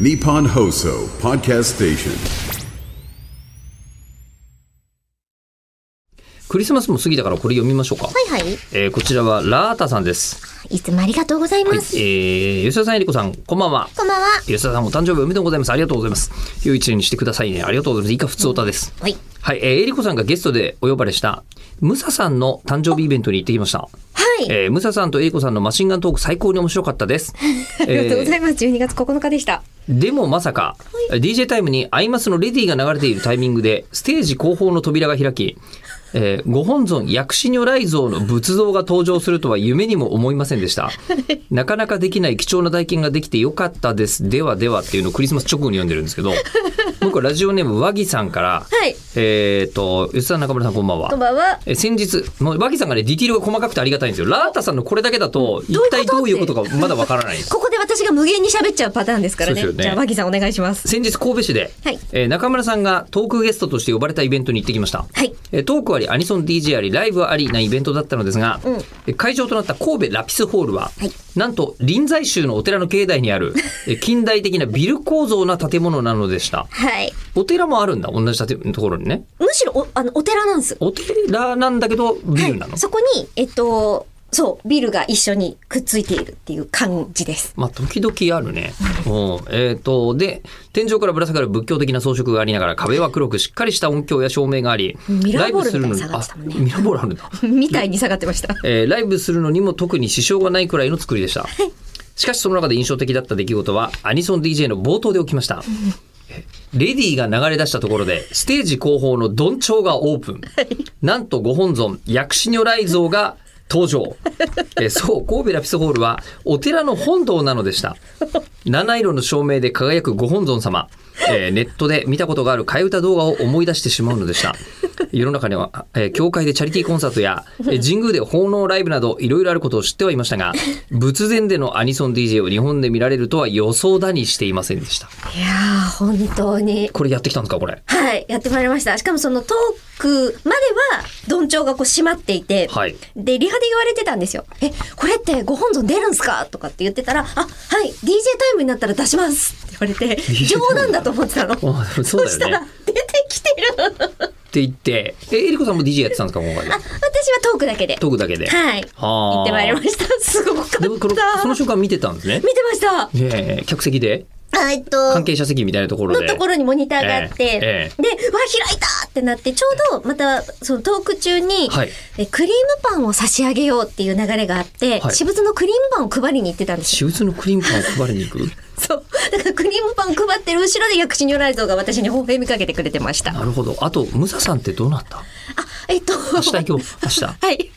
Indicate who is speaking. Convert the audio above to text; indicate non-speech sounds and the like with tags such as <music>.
Speaker 1: Nippon Hoso Podcast Station.
Speaker 2: クリスマスも過ぎたからこれ読みましょうか。
Speaker 3: はいはい。
Speaker 2: えーこちらはラータさんです。
Speaker 3: いつもありがとうござい
Speaker 2: はい、え
Speaker 3: ます。
Speaker 2: ー、吉田さん、えりこさん、こんばんは。
Speaker 3: こんばんは。
Speaker 2: 吉田さん、お誕生日おめでとうございます。ありがとうございます。良い一年にしてくださいね。ありがとうございます。以下、普通歌です。
Speaker 3: はい。
Speaker 2: はい、えー、えりこさんがゲストでお呼ばれした、ムサさんの誕生日イベントに行ってきました。
Speaker 3: はい。
Speaker 2: えー、ムサさんとえりこさんのマシンガントーク最高に面白かったです。
Speaker 3: <laughs> ありがとうございます。12月9日でした。
Speaker 2: でもまさか、DJ タイムにアイマスのレディーが流れているタイミングで、ステージ後方の扉が開き、えーご本尊薬師如来像の仏像が登場するとは夢にも思いませんでした。なかなかできない貴重な体験ができてよかったです。ではではっていうのをクリスマス直後に読んでるんですけど、 <laughs> 僕はラジオネーム和木さんから、
Speaker 3: はい
Speaker 2: えっと、吉田中村さんこんばんは。
Speaker 3: こんばんは。
Speaker 2: え先日、もう和木さんがね、ディティールが細かくてありがたいんですよ。ラータさんのこれだけだと、一体どういうことかまだわからないんです。
Speaker 3: ここで私が無限に喋っちゃうパターンですからね。
Speaker 2: そうですよね
Speaker 3: じゃあ、マギさんお願いします。
Speaker 2: 先日神戸市で、
Speaker 3: はい
Speaker 2: えー中村さんがトークゲストとして呼ばれたイベントに行ってきました、
Speaker 3: はい
Speaker 2: えートークありアニソン DJ ありライブありなイベントだったのですが、
Speaker 3: ん
Speaker 2: えー会場となった神戸ラピスホールは、
Speaker 3: はい
Speaker 2: なんと臨済宗のお寺の境内にあ
Speaker 3: <laughs>
Speaker 2: るえー近代的なビル構造な建物なのでした
Speaker 3: はい。
Speaker 2: お寺もあるんだ同じ建物ところにね
Speaker 3: むしろお、あの、お寺なんです。
Speaker 2: お寺なんだけどビルなの、
Speaker 3: はい。そこに、えっと、そう、ビルが一緒にくっついているっていう感じです。 <laughs>
Speaker 2: まあ、時々あるね。うんえっ、と、で、天井からぶら下がる仏教的な装飾がありながら、壁は黒くしっかりした音響や照明があり、
Speaker 3: ミラーボールみた
Speaker 2: に
Speaker 3: いに下がってたもんね
Speaker 2: あミラーボールあるんだ。
Speaker 3: みたいに下がってました。
Speaker 2: えーライブするのにも特に支障がないくらいの作りでした。しかしその中で印象的だった出来事はアニソン DJ の冒頭で起きました。レディーが流れ出したところでステージ後方のドンチョウがオープン。なんとご本尊薬師如来像が登場。えーそう、神戸ラピスホールはお寺の本堂なのでした。七色の照明で輝くご本尊様、えーネットで見たことがある替え歌動画を思い出してしまうのでした世の中には、えー教会でチャリティーコンサートや、えー神宮で奉納ライブなどいろいろあることを知ってはいましたが仏前でのアニソン DJ を日本で見られるとは予想だにしていませんでした
Speaker 3: いやー、本当に。
Speaker 2: これやってきたんですかこれ
Speaker 3: はい、やってまいりました。しかもそのトークまでは、どんちょうがこう閉まっていて、
Speaker 2: はい
Speaker 3: で、リハで言われてたんですよ。え、これってご本尊出るんすかとかって言ってたら、あ、はい、DJ タイムになったら出しますって言われて、冗談だと思ってたの。
Speaker 2: あでもそうだ
Speaker 3: した
Speaker 2: よね
Speaker 3: ら、出てきてる。
Speaker 2: って言ってええりこさんも DJ やってたんですか今
Speaker 3: あ、
Speaker 2: 回
Speaker 3: 私はトークだけで。
Speaker 2: トークだけで
Speaker 3: はい。
Speaker 2: はあ
Speaker 3: 行ってまいりました。すごかった。
Speaker 2: でもこのその
Speaker 3: 見て
Speaker 2: 瞬間見てたんですね
Speaker 3: ました。
Speaker 2: ええ客席で
Speaker 3: あえっと、
Speaker 2: 関係者席みたいなところ
Speaker 3: の
Speaker 2: で
Speaker 3: ところにモニターがあって、
Speaker 2: えええ
Speaker 3: で、わ、開いたってなって、ちょうどまた、そのトーク中に、
Speaker 2: はい
Speaker 3: えクリームパンを差し上げようっていう流れがあって、
Speaker 2: はい
Speaker 3: 私物のクリームパンを配りに行ってたんですよ。
Speaker 2: 私物のクリームパンを配りに行く
Speaker 3: そう。だからクリームパン配ってる後ろで薬師如来像が私に微笑みかけてくれてました。あ、 <laughs>
Speaker 2: なるほど。あと、ムサさんってどうなった
Speaker 3: えっと、
Speaker 2: 明日行こう。明日。
Speaker 3: はい。